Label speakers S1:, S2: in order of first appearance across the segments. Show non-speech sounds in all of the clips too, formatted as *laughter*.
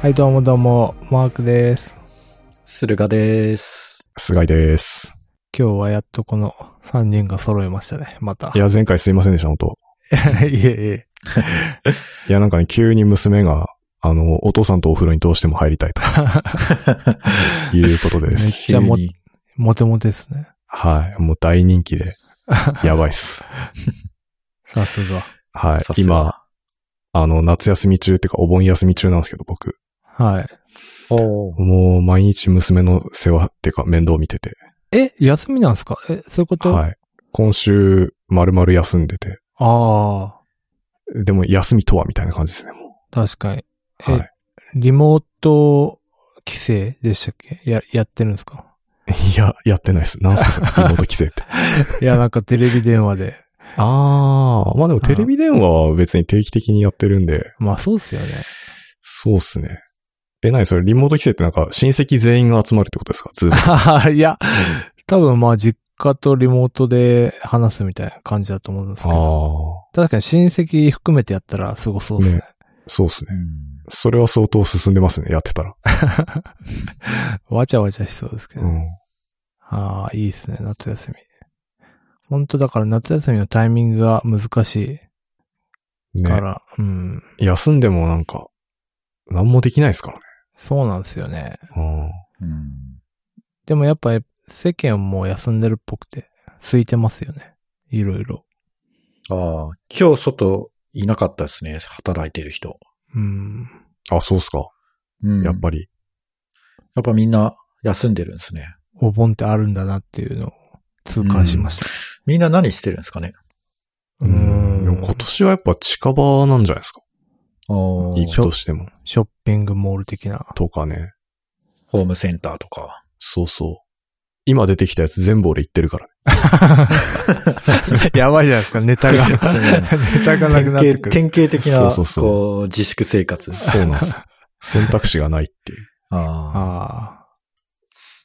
S1: はい、どうもどうも、マークです。
S2: 駿河
S3: *laughs*
S2: です。
S3: 菅井です。
S1: 今日はやっとこの3人が揃いましたね、また。
S3: いや、前回すいませんでした、本当
S1: *laughs* いえいえ。
S3: いや、なんかね、急に娘が、あの、お父さんとお風呂にどうしても入りたいと *laughs* いうことで
S1: めっ
S3: す。
S1: ちゃも
S2: 急に
S1: モテモテですね。
S3: はい。もう大人気 *laughs* で、やばいっす。
S1: さすが。
S3: は
S2: さ
S3: い。
S2: すが
S3: 今、あの、夏休み中っていうか、お盆休み中なんですけど、僕。
S1: はい。
S2: おー
S3: もう、毎日娘の世話っていうか、面倒見てて。
S1: え、休みなんですかえ、そういうこと、
S3: はい。今週、丸々休んでて。
S1: ああ、
S3: でも、休みとはみたいな感じですね、も
S1: 確かに。
S3: う。
S1: え
S3: はい。
S1: リモート規制でしたっけや、やってるんですか
S3: いや、やってないっす。なんすか、それ。 *laughs* 妹規制って。
S1: いや、なんかテレビ電話で。 *laughs*
S3: ああ、まあでもテレビ電話は別に定期的にやってるんで、
S1: まあそうっす
S3: *laughs*
S1: よね。
S3: そうっすね。え、なにそれ、リモート規制ってなんか親戚全員が集まるってことですかズーム
S1: いや、多分まあ実家とリモートで話すみたいな感じだと思うん *laughs* ですけど。
S3: ああ、
S1: 確かに親戚含めてやったらすごそうですね。
S3: そうっす
S2: う
S3: ね。
S2: ん
S3: それは相当進んでますね、やってたら。
S1: *laughs* わちゃわちゃしそうですけど。
S3: うん。
S1: ああ、いいですね、夏休み。本当だから夏休みのタイミングが難しいか
S3: ね。
S1: ら、うん。
S3: 休んでもなんか、なんもできないですからね。
S1: そうなんですよね。
S3: うん。
S2: うん
S1: でもやっぱ世間もう休んでるっぽくて、空いてますよね。いろいろ。
S2: ああ、今日外いなかったですね、働いてる人。
S1: うん。
S3: あ、そうっすか。
S2: うん
S3: やっぱり。
S2: やっぱみんな休んでるんですね。
S1: お盆ってあるんだなっていうのを痛感しました。
S2: みんな何してるんですかね
S1: う
S3: うん。でも今年はやっぱ近場なんじゃないですか。
S2: ああホ
S3: 行くとしても。
S1: ショッピングモール的な。
S3: とかね。
S2: ームセンターとか。
S3: そうそう。今出てきたやつ全部俺行ってるからね。
S1: やばいじゃないですか、ネタが。ネタがなく
S2: 典
S1: なって
S2: 型
S1: くる。
S2: 典型的な、
S3: そうそうそう
S2: こう、自粛生活。
S3: そうなんですよ。選択肢がないっ
S1: *laughs*
S3: ていう。
S2: *laughs* ああ
S1: あ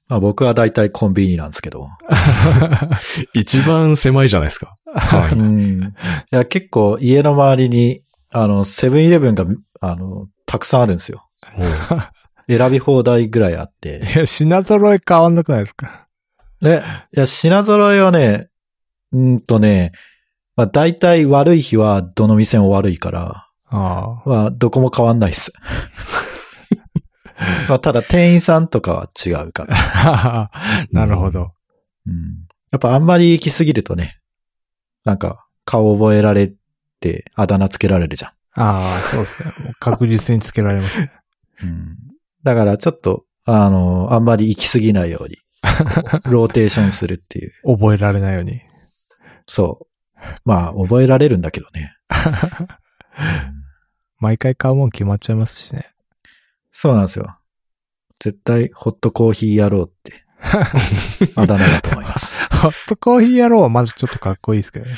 S2: まあ、僕は大体コンビニなんですけど。
S3: 一番狭いじゃないです
S1: *laughs*
S3: か。は
S2: う
S3: い。
S2: ん。いや、結構家の周りに、あの、セブンイレブンが、あの、たくさんあるんですよ。選び放題ぐらいあって
S1: あ。。いや、品揃え変わんなくないですか。
S2: ね、いや、品揃えはね、うんとね、まあ大体悪い日はどの店も悪いから、
S1: ああ。
S2: まあどこも変わんないっす。まあただ店員さんとかは違うから。
S1: なるほど。
S2: うん、やっぱあんまり行き過ぎるとね、なんか顔覚えられてあだ名つけられるじゃ
S1: ああ、そうですね。もう確実につけられますね。
S2: ん。うん、だからちょっと、あの、あんまり行き過ぎないように、こうローテーションするっていう。
S1: 覚えられないように。
S2: そう。まあ覚えられるんだけどね。
S1: 毎回買うもん決まっちゃいますしね。
S2: そうなんですよ。絶対、ホットコーヒー野郎って、
S1: *laughs*
S2: あだ名だと思います。
S1: ホットコーヒー野郎はまずちょっとかっこいいですけどね。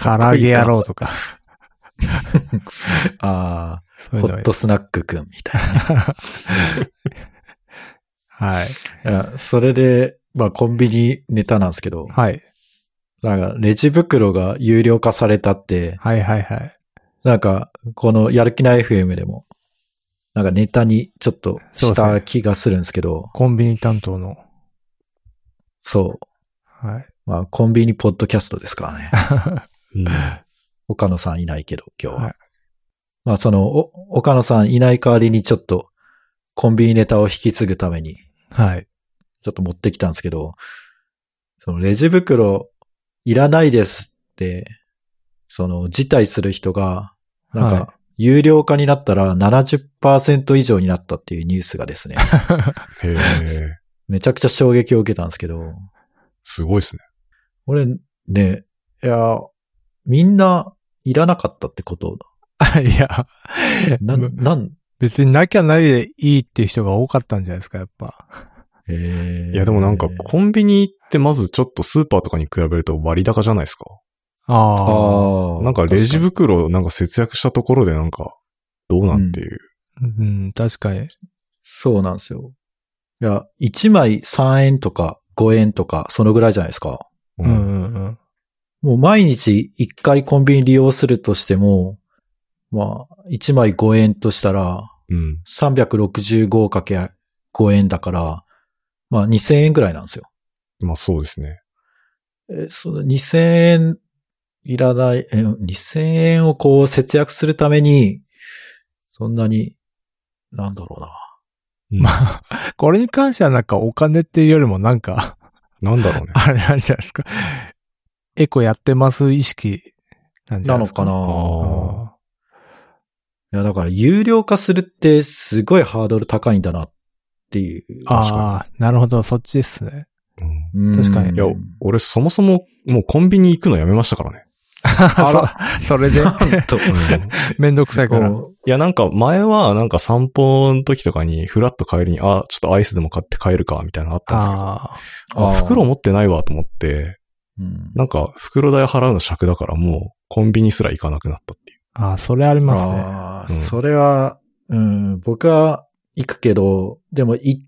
S1: 唐揚げ野郎とか。
S2: あ
S1: そ
S2: あ、
S1: ういう
S2: ホ
S1: のがい
S2: ッ
S1: い
S2: トスナックくんみたい
S1: はい。
S2: な。いやそれで、まあコンビニネタなんですけど、
S1: はい。
S2: なんかレジ袋が有料化されたって、
S1: はいはいはい。
S2: なんかこのやる気ない FM でも、なんかネタにちょっとし
S1: そうです
S2: た
S1: ね
S2: 気がするんですけど、
S1: コンビニ担当の。
S2: そう。 *laughs*
S1: はい。
S2: まあコンビニポッドキャストですからね。
S3: うん
S2: 岡野さんいないけど、今日は。
S1: はい
S2: まあ、その、お、岡野さんいない代わりにちょっと、コンビニネタを引き継ぐために、
S1: はい。
S2: ちょっと持ってきたんですけど、そのレジ袋いらないですって、その辞退する人が、なんか、
S1: はい
S2: 有料化になったら70%以上になったっていうニュースが
S3: *laughs*
S2: ですね、
S3: へえ、
S2: めちゃくちゃ衝撃を受けたんですけど、
S3: すごいですね。
S2: 俺ね、いや、みんないらなかったってこと
S1: い *laughs* や、
S2: な、なん、
S1: 別になきゃないでいいっていう人が多かったんじゃないですか、やっぱ。
S2: えー
S3: いやでもなんかコンビニってまずちょっとスーパーとかに比べると割高じゃないですか。
S1: ああ。
S2: ああ。
S3: なんかレジ
S2: 確
S3: 袋なんか節約したところでなんかどうなんていう。
S1: うん、確かに。
S2: そうなんですよ。いや、1枚3円とか5円とか、そのぐらいじゃないですか。
S1: う
S3: うん
S1: んうんうん。
S2: もう毎日1回コンビニ利用するとしても、まあ、1枚5円としたら、
S3: うん。
S2: 365×5 円だから、まあ2000円ぐらいなんですよ。
S3: まあそうですね。
S2: え、その2000円いらない、え、2000円をこう節約するために、そんなに、なんだろうな。
S1: まあ、これに関してはなんかお金っていうよりもなんか、
S3: なんだろ
S2: *laughs*
S3: うね。
S1: あれなんじゃないですか。エコやってます意識なんじゃ
S2: な
S1: ないで
S2: の
S1: すか。
S2: かな
S3: ああ。
S1: あ
S2: いや、だから有料化するってすごいハードル高いんだなっていう。
S1: あー、なるほど。そっちですね。
S3: うん
S2: うん
S1: 確かに
S3: いや、俺そもそももうコンビニ行くのやめましたからね。
S1: *laughs* そそれで、
S2: なんと。 *laughs*
S1: めんどくさいから。
S2: こ
S3: いや、なんか前はなんか散歩の時とかにフラッと帰りに、あ、ちょっとアイスでも買って帰るか、みたいなのあったんですけど。
S1: ああ。
S2: う
S3: あ袋
S2: も、
S3: 持ってないわと思って、
S2: うん
S3: なんか袋代払うの尺だからもうコンビニすら行かなくなったっていう。
S1: ああ、それありますね。
S2: ああ、
S3: うん
S2: それは、うん、僕は行くけど、でも行っ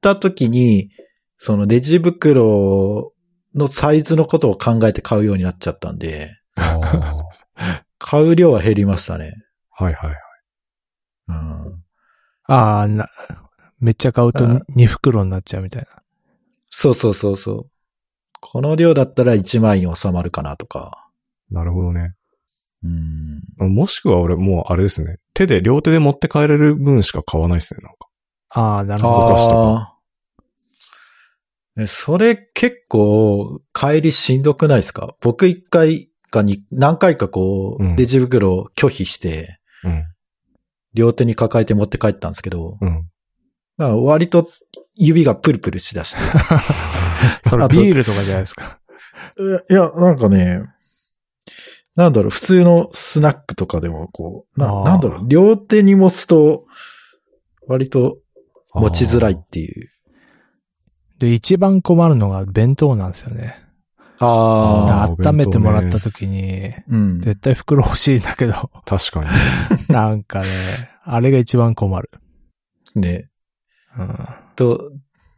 S2: た時に、そのレジ袋のサイズのことを考えて買うようになっちゃったんで、買う量は減りましたね。
S3: *laughs* はいはい。
S2: うん。
S1: ああ、な、めっちゃ買うと
S2: うん
S1: 2袋になっちゃうみたいな。
S2: そうそうそうそう。この量だったら1枚に収まるかなとか。
S3: なるほどね。
S2: うん。
S3: もしくは俺もうあれですね。手で、両手で持って帰れる分しか買わないですね。なんか。
S1: ああ、なるほど。
S3: お菓子と
S2: ああ。えそれ結構帰りしんどくないですか僕一回かに何回かこ
S3: うん
S2: う、レジ袋を拒否して、
S3: うん。
S2: 両手に抱えて持って帰ったんですけど、
S3: うん。
S2: なんか割と指がプルプルしだ *laughs* して。
S1: それ
S2: あと
S1: ビールとかじゃないですか。
S2: いや、なんかね、なんだろう、普通のスナックとかでもこう、
S1: ななんだろう、
S2: 両手に持つと、割と持ちづらい
S3: あー。
S2: っていう。
S1: で、一番困るのが弁当なんですよね。
S3: あー
S2: ああ、
S1: で温めてもらった時に、
S2: うん。
S1: 絶対袋欲しいんだけど、
S3: 確かに。
S1: なんかね、あれが一番困る。
S2: ね。
S1: うん。
S2: ど、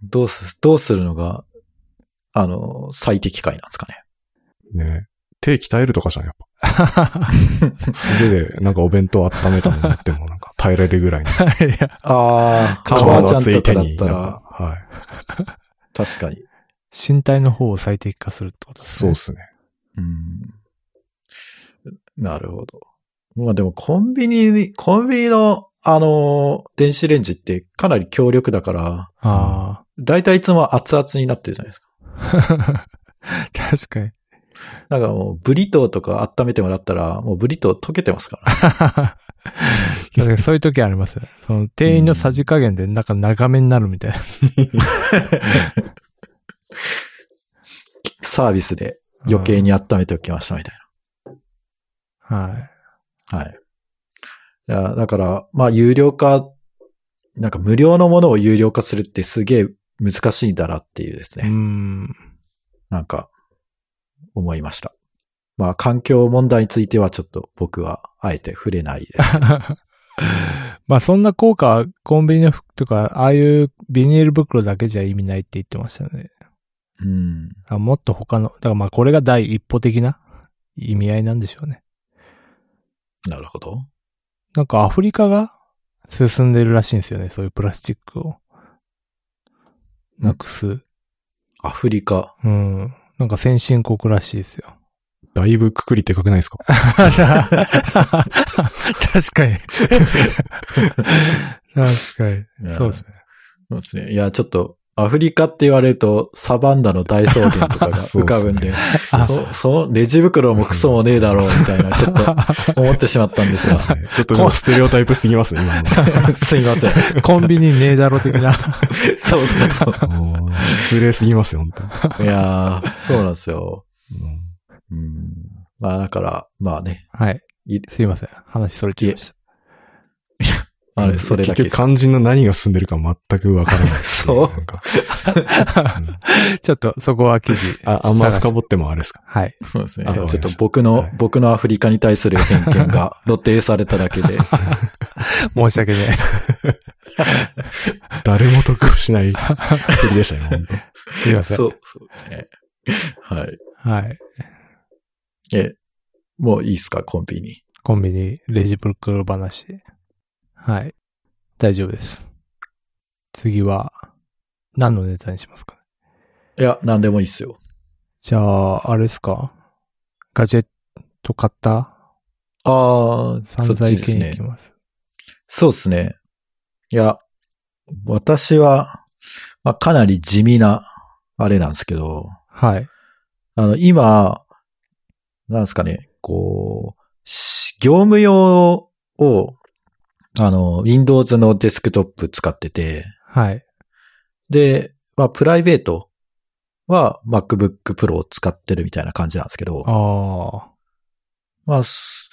S2: どうす、どうするのが、あの、最適解なんですかね。
S3: ね手鍛えるとかじゃん、やっ
S2: *laughs*
S3: ぱ。素手で、なんかお弁当温めたの持っても、なんか耐えられるぐらいの。
S1: いや、
S2: ああ、
S1: 皮
S2: 革
S1: の
S2: ちゃんとかだっ
S3: 皮
S2: た
S3: なん
S2: ら
S3: か、はい。
S2: 確かに。
S1: 身体の方を最適化するってことです
S3: そう
S1: ね。
S3: で
S1: そ
S3: すね。
S2: うん。なるほど。まあでもコンビニに、コンビニの、あの、電子レンジってかなり強力だから、
S1: う。あ
S2: だいたいいつも熱々になってるじゃないですか。
S1: あ。確 *laughs* かに。
S2: なんかもう、ブリトーとか温めてもらったら、もうブリトー溶けてますから。
S1: だからそういう時ありますよね。その店員のさじ加減でなんか長めになるみたいな。
S2: サービスで余計に温めておきましたみたいな。
S1: はい。
S2: はい。いや、だから、まあ、有料化、なんか無料のものを有料化するってすげえ難しいんだなっていうです
S1: う
S2: ね。
S1: ん。
S2: なんか、思いました。まあ、環境問題についてはちょっと僕はあえて触れないです。
S1: まあそんな効果はコンビニの服とか、ああいうビニール袋だけじゃ意味ないって言ってましたね。
S2: うん。
S1: あもっと他の、だからまあこれが第一歩的な意味合いなんでしょうね。
S2: なるほど。
S1: なんかアフリカが進んでるらしいんですよね。そういうプラスチックをなくす。
S2: アフリカ。
S1: うん。なんか先進国らしいです *laughs* よ。
S3: だいぶくくりでかくないで
S2: *laughs*
S3: すか
S1: *laughs* 確かに。確かに。そうですね。
S2: そうですね。いや、ちょっと、アフリカって言われると、サバンナの大草原とかが
S3: そう
S2: 浮
S3: っす
S2: かぶ
S3: ね
S2: んで、
S1: あ
S2: そ、そう、レジ袋もクソもねえだろう、みたいな、ちょっと思ってしまったんですが。
S3: ねちょっとでもステレオタイプすぎますね、今
S2: すいません。
S1: コンビニねえだろ的な。
S2: そうそうそう。
S3: の。もう失礼すぎますよ、本当
S2: *laughs*
S3: に
S2: いやー、そうなんですよ。うん。まあだから、まあね、
S1: はい
S2: い。
S1: すいません。話それちゃいました。
S3: うん
S2: あれ、それだけです。
S3: 結局肝心の何が進んでるか全くわからないってい
S2: そう
S3: なんかうん
S1: ちょっとそこは記事。
S3: あ、あんま深掘ってもあれですか
S1: はい。
S2: そうですね。
S3: あ
S2: ちょ
S3: わ
S2: っ
S3: かりま
S2: と
S3: した
S2: 僕の、
S3: はい
S2: 僕のアフリカに対する偏見が露呈されただけで。
S1: 申し訳ね
S3: 誰も得をしない振りでしたね、本当
S1: え。 *laughs* すいません。
S2: そう、そうですね。はい。
S1: はい。
S2: え、もういいっすか、コンビニ。
S1: コンビニレジ袋話。はい。大丈夫です。次は、何のネタにしますかね。
S2: いや、なんでもいいっすよ。
S1: じゃあ、あれですかガジェット買った
S2: ああ、そ
S1: 散
S2: っち
S1: 財
S2: です
S1: 系に行
S2: ね
S1: き。ます。
S2: そうですね。いや、私は、まあ、かなり地味な、あれなんですけど、
S1: はい。
S2: あの、今、なんですかね、こう、し業務用を、あの、Windows のデスクトップ使ってて、
S1: はい。
S2: で、まあ、プライベートは MacBook Pro を使ってるみたいな感じなんですけど、
S1: あ
S2: まあ、す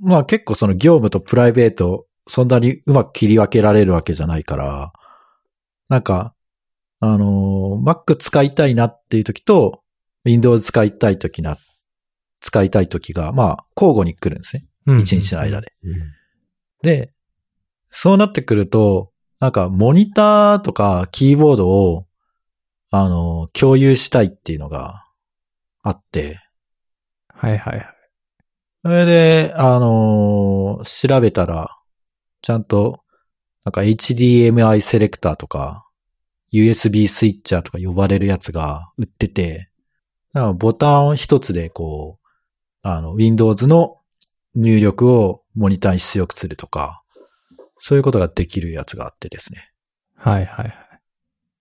S2: まあ結構その業務とプライベート、そんなにうまく切り分けられるわけじゃないから、なんか、あのー Mac 使いたいなっていう時と、Windows 使いたい時な、使いたい時が、まあ、交互に来るんですね。
S1: あ。
S2: 一日の間
S1: で。
S2: で。で、そうなってくると、なんか、モニターとかキーボードを、あのー共有したいっていうのがあって、
S1: はいはいはい。
S2: それで、あのー調べたら、ちゃんと、なんか HDMI セレクターとか、USB スイッチャーとか呼ばれるやつが売ってて、なんかボタン一つでこう、あの、Windows の入力をモニターに出力するとか、そういうことができるやつがあってですね。
S1: はいはいはい。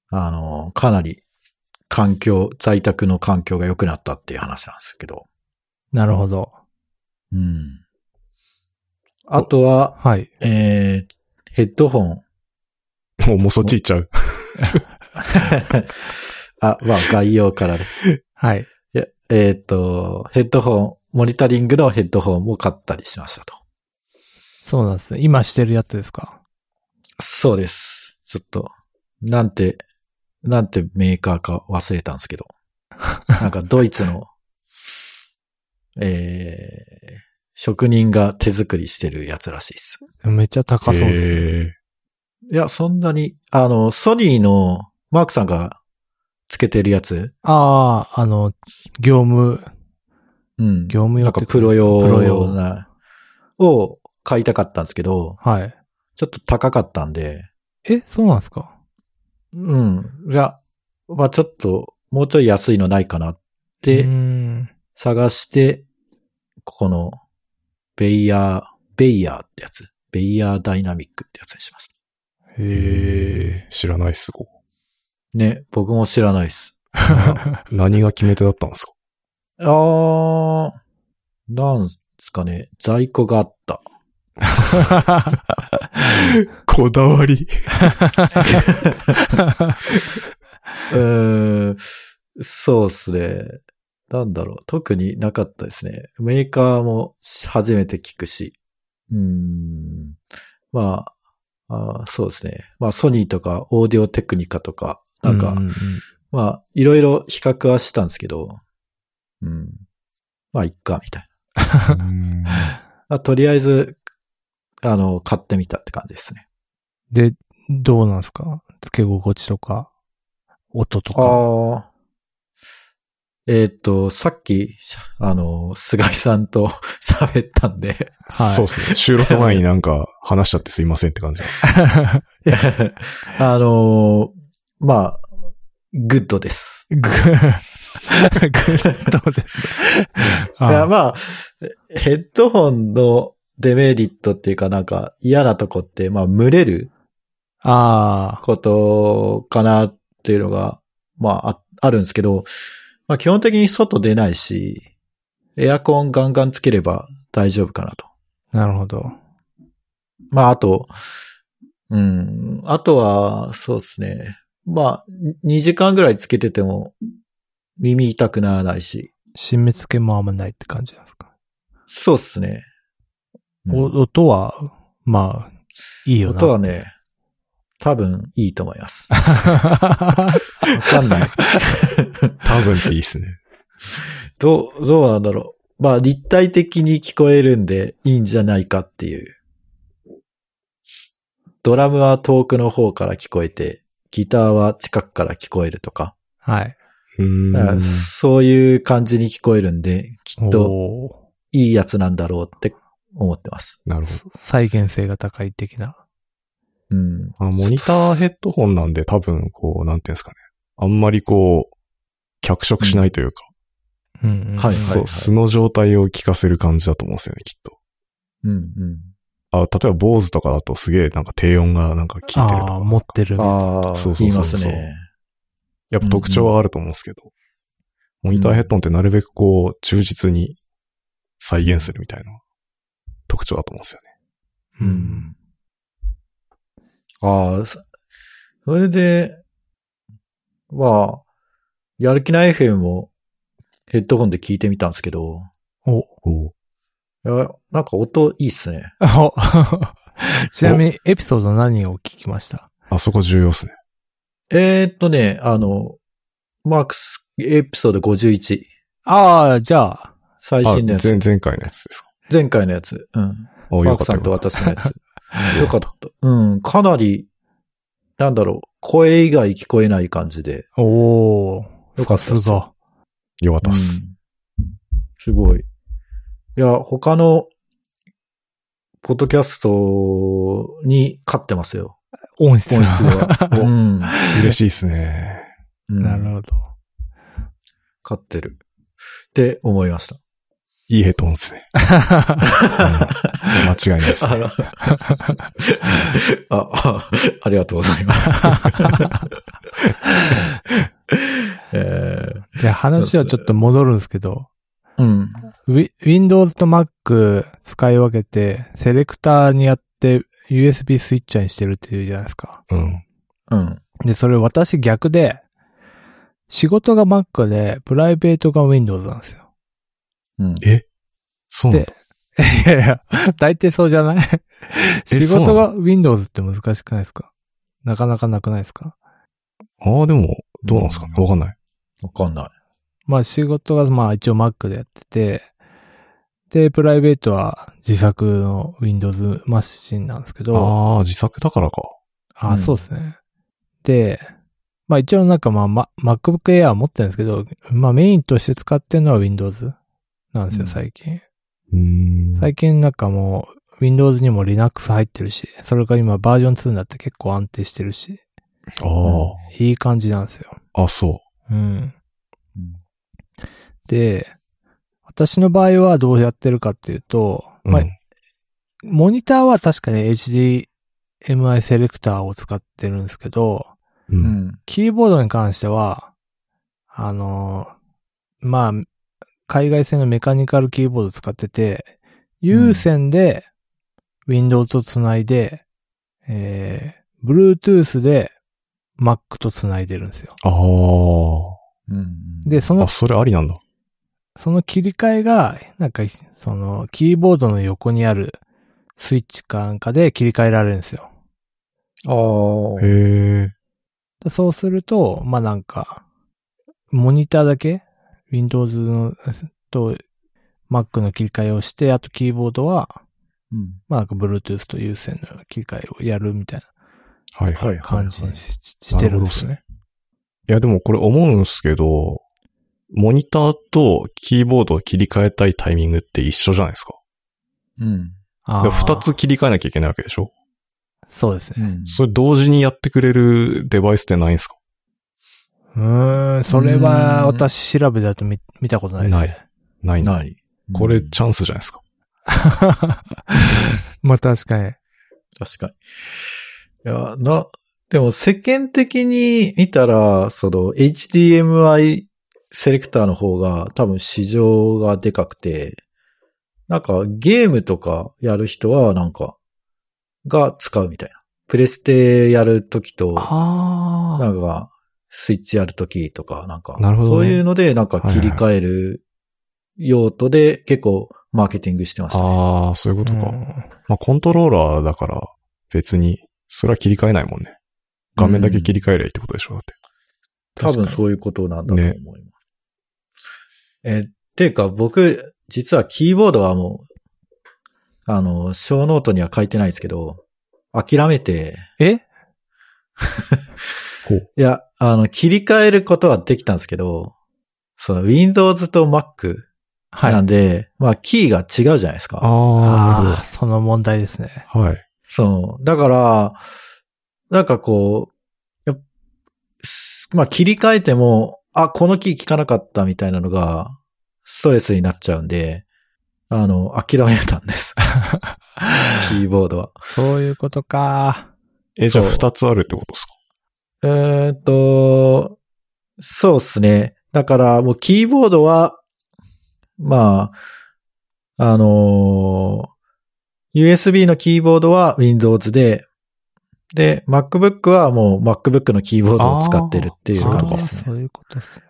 S2: あのーかなり環境、在宅の環境が良くなったっていう話なんですけど。
S1: なるほど。
S2: うん。あとは、
S1: はい。
S2: えー、ヘッドホ *laughs* ン。
S3: もう、もうそっち行っちゃう。
S2: あ、まあ、概要からね。
S1: はい。
S2: いやえっ、と、ヘッドホン、モニタリングのヘッドホンも買ったりしましたと。
S1: そうなんですね。今してるやつですか
S2: そうです。ちょっと、なんて、なんてメーカーか忘れたんですけ *laughs* ど。なんかドイツの、えー、職人が手作りしてるやつらしいです。
S1: めっちゃ高そうですね。
S3: へー
S2: いや、そんなに、あの、ソニーのマークさんがつけてるやつ
S1: ああ、あの、業務、
S2: うん。
S1: 業務用
S2: なん
S1: ってい
S2: か
S1: う
S2: プロ用
S1: プロ用。
S2: な、を買いたかったんですけど、
S1: はい。
S2: ちょっと高かったんで、
S1: え、そうなんですか
S2: うん。いや、まあちょっと、もうちょい安いのないかなっ
S1: うー
S2: て
S1: ん。
S2: 探して、ここの、ベイヤー、ベイヤーってやつ。ベイヤーダイナミックってやつにしました。
S3: へー知らないっす、ここ。
S2: ね、僕も知らないです。
S3: 何が決め手だったんですか
S2: あー、なんすかね、在庫があった。
S3: こだわり。
S2: うーんそうですね。なんだろう。特になかったですね。メーカーも初めて聞くし。うーん。まあ、あーそうですね。まあ、ソニーとか、オーディオテクニカとか、なんか、
S1: うう
S2: まあ、いろいろ比較はしたんですけど、うん。まあ、いっか、みたいな。まあ、とりあえず、あの、買ってみたって感じですね。
S1: で、どうなんですか付け心地とか、音とか。
S2: ああ。えっ、と、さっき、しゃあの、菅井さんと *laughs* 喋ったんで、 *laughs*
S1: はい
S3: そうっすね。収録前になんか話しちゃってすいませんって感じ。
S2: あの、まあ、グッドです。
S1: *laughs* ぐ、ぐっとです。
S2: いや、
S1: あ
S2: まあ、ヘッドホンのデメリットっていうかなんか嫌なとこって、まあ、蒸れる
S1: あー、
S2: ことかなっていうのが、まあ、ああるんですけど、まあ、基本的に外出ないし、エアコンガンガンつければ大丈夫かなと。
S1: なるほど。
S2: まあ、あと、うん、あとは、そうですね。まあ、2時間ぐらいつけてても、耳痛くならないし。
S1: 締め付けもあんまないって感じなんですか。
S2: そうですね。
S1: お
S2: うん
S1: 音は、まあ、いいよな。
S2: 音はね、多分いいと思
S1: *laughs*
S2: います。わ
S1: は。
S2: かんない。
S3: 多分っていいっすね。
S2: どう、どうなんだろう。まあ、立体的に聞こえるんでいいんじゃないかっていう。ドラムは遠くの方から聞こえて、ギターは近くから聞こえるとか。
S1: *laughs* はい。
S3: うーん。
S2: そういう感じに聞こえるんで、きっと
S1: おー
S2: いいやつなんだろうって思ってます。
S3: なるほど。
S1: そ再現性が高い的な。
S2: うん。
S3: あモニターヘッドホンなんで多分、こう、なんていうんですかね。あんまりこう、脚色しないというか、
S1: うんうん、
S2: はい
S3: そう素の状態を聞かせる感じだと思うんですよね、きっと。
S2: うん、うん。
S3: あ、例えば坊主とかだとすげえなんか低音がなんか効いてると
S1: あ
S3: か
S1: あ、。持ってる。
S2: ああ、
S3: そうそうそうそう
S2: 言いますね。
S3: やっぱ特徴はあると思うんですけど。モニターヘッドホンってなるべくこう、忠実に再現するみたいな特徴だと思うんですよね。
S1: うん。 *laughs*
S2: ああ、そそれで、まあ、やる気ない FM もヘッドホンで聞いてみたんですけど、
S1: お。
S3: お
S2: いやなんか音いいっすね。 *laughs*
S1: あおちなみに、エピソード何を聞きました
S3: あそこ重要ですね。
S2: えー、っとね、あの、マークスエピソード51、
S1: ああ、じゃあ、
S2: 最
S3: あ
S2: 新のやつ
S3: 前、、前回のやつですか。
S2: 前回のやつ、うん。
S3: あ、
S2: マー
S3: よか
S2: ク
S3: った
S2: さ
S3: よ
S2: んと
S3: かっ
S2: 私のやつ。よかった。うん、かなり、なんだろう、声以外聞こえない感じで。
S1: おお。
S2: よかったっす
S1: さすが。
S3: た。よかったっ
S2: う
S3: す。
S2: んすごい。いや、他の、ポッドキャストに勝ってますよ。
S1: 音質が
S2: 音質は。うん。
S3: 嬉しいっすね。
S2: うん
S1: なるほ *laughs* ど。
S2: 勝ってる。って思いました。
S3: いいヘッドホンっすね。うん間違いないです
S2: *laughs*
S3: ね。
S2: あらああ、ありがとうございます。え
S1: で、話はちょっと戻るんですけど、
S2: ーうん。
S1: ウィ Windows と Mac 使い分けて、セレクターにやって USB スイッチャーにしてるっていうじゃないですか。
S3: うん。
S2: うん。
S1: で、それ私逆で、仕事が Mac で、プライベートが Windows なんですよ。
S2: うん。
S3: そうなんだ。
S1: いやいや、大抵そうじゃない *laughs*
S3: え
S1: 仕事が Windows って難しくないですかなかなかなくないですか
S3: ああ、でも、どうなんですかね。わかんない。
S2: わかんない。
S1: まあ仕事がまあ一応 Mac でやってて、で、プライベートは自作の Windows マシンなんですけど、
S3: ああ、自作だからか。
S1: あ
S2: うん
S1: そうですね。で、まあ一応なんかまあ、ま、MacBook Air は持ってるんですけど、まあメインとして使ってるのは Windows なんです
S2: う
S1: よ、
S2: ん
S1: 最近。
S3: うーん。
S1: 最近なんかもう Windows にも Linux 入ってるし、それから今バージョン2になって結構安定してるし、
S3: あ
S1: いい感じなんですよ。
S3: あ、あ、そ
S1: うん。で、私の場合はどうやってるかっていうと、
S3: う。
S1: まあ
S3: うん、
S1: モニターは確かに HDMI セレクターを使ってるんですけど、
S3: う。
S2: うんん。
S1: キーボードに関しては、あのーまあ、海外製のメカニカルキーボード使ってて、有線で Windows とつないで、えー、Bluetooth で Mac とつないでるんですよ。
S3: ああ
S2: うん。
S1: で、その
S3: あ、それありなんだ。
S1: その切り替えが、なんか、その、キーボードの横にあるスイッチかなんかで切り替えられるんですよ。
S2: ああ。
S3: へえ。
S1: でそうすると、まあ、なんか、モニターだけ、Windows の、と、Mac の切り替えをして、あとキーボードは、
S2: うん。
S1: まあ、なんか Bluetooth と有線の切り替えをやるみたい
S3: はいはい。
S2: はいい
S1: な感じにし,、してるんですよね。
S3: や、でもこれ思うんですけど、モニターとキーボードを切り替えたいタイミングって一緒じゃないですか。
S2: うん。
S1: あ
S3: で
S1: ー
S3: 二つ切り替えなきゃいけないわけでしょ
S1: そうです
S2: う
S1: ね。
S2: ん。
S3: それ同時にやってくれるデバイスってないんですか
S1: うーん、それは私調べだと見見たことないですね。
S3: ないないんだ
S2: ない。
S3: これ
S2: うん
S3: チャンスじゃないですか。
S1: まあ確かに。
S2: 確かに。いや、な、でも世間的に見たら、その HDMI セレクターの方が多分市場がでかくて、なんかゲームとかやる人はなんか、が使うみたいな。プレステやるときと、
S3: あ
S2: なんか、スイッチやるときとか、なんか、
S3: なるほどね
S2: そういうので、なんか切り替える用途で結構マーケティングしてましたね。
S3: ああ、そういうことか。
S1: うん
S3: まあコントローラーだから別に、それは切り替えないもんね。画面だけ切り替えりゃいいってことでしょだって。
S2: 多分
S3: う。
S2: そういうことなんだと思います。え、っていうか僕、実はキーボードはもう、あの、小ノートには書いてないですけど、諦めて、
S1: え
S3: ほう。
S2: いや、あの、切り替えることはできたんですけど、その Windows と Mac
S1: はい。
S2: なんで、まあ、キーが違うじゃないですか。
S3: ああ、なる
S1: ああ、その問題ですね。
S3: ほど。はい。
S2: そう。だから、なんかこう、やっすまあ、切り替えても、あ、このキー効かなかったみたいなのが、ストレスになっちゃうんで、あの、諦めたんです。キーボードは。
S1: そういうことか。
S3: え、じゃあ
S2: そう
S3: 二つあるってことですか
S2: うーんと、そうですね。だから、もうキーボードは、まあ、あのー USB のキーボードは Windows で、で、MacBook はもう MacBook のキーボードを使ってるっていう
S3: そういう
S2: 感
S3: こ
S2: じ
S3: と
S2: で
S1: あ
S2: す
S1: ーそ
S2: ね。
S1: ういうことですね。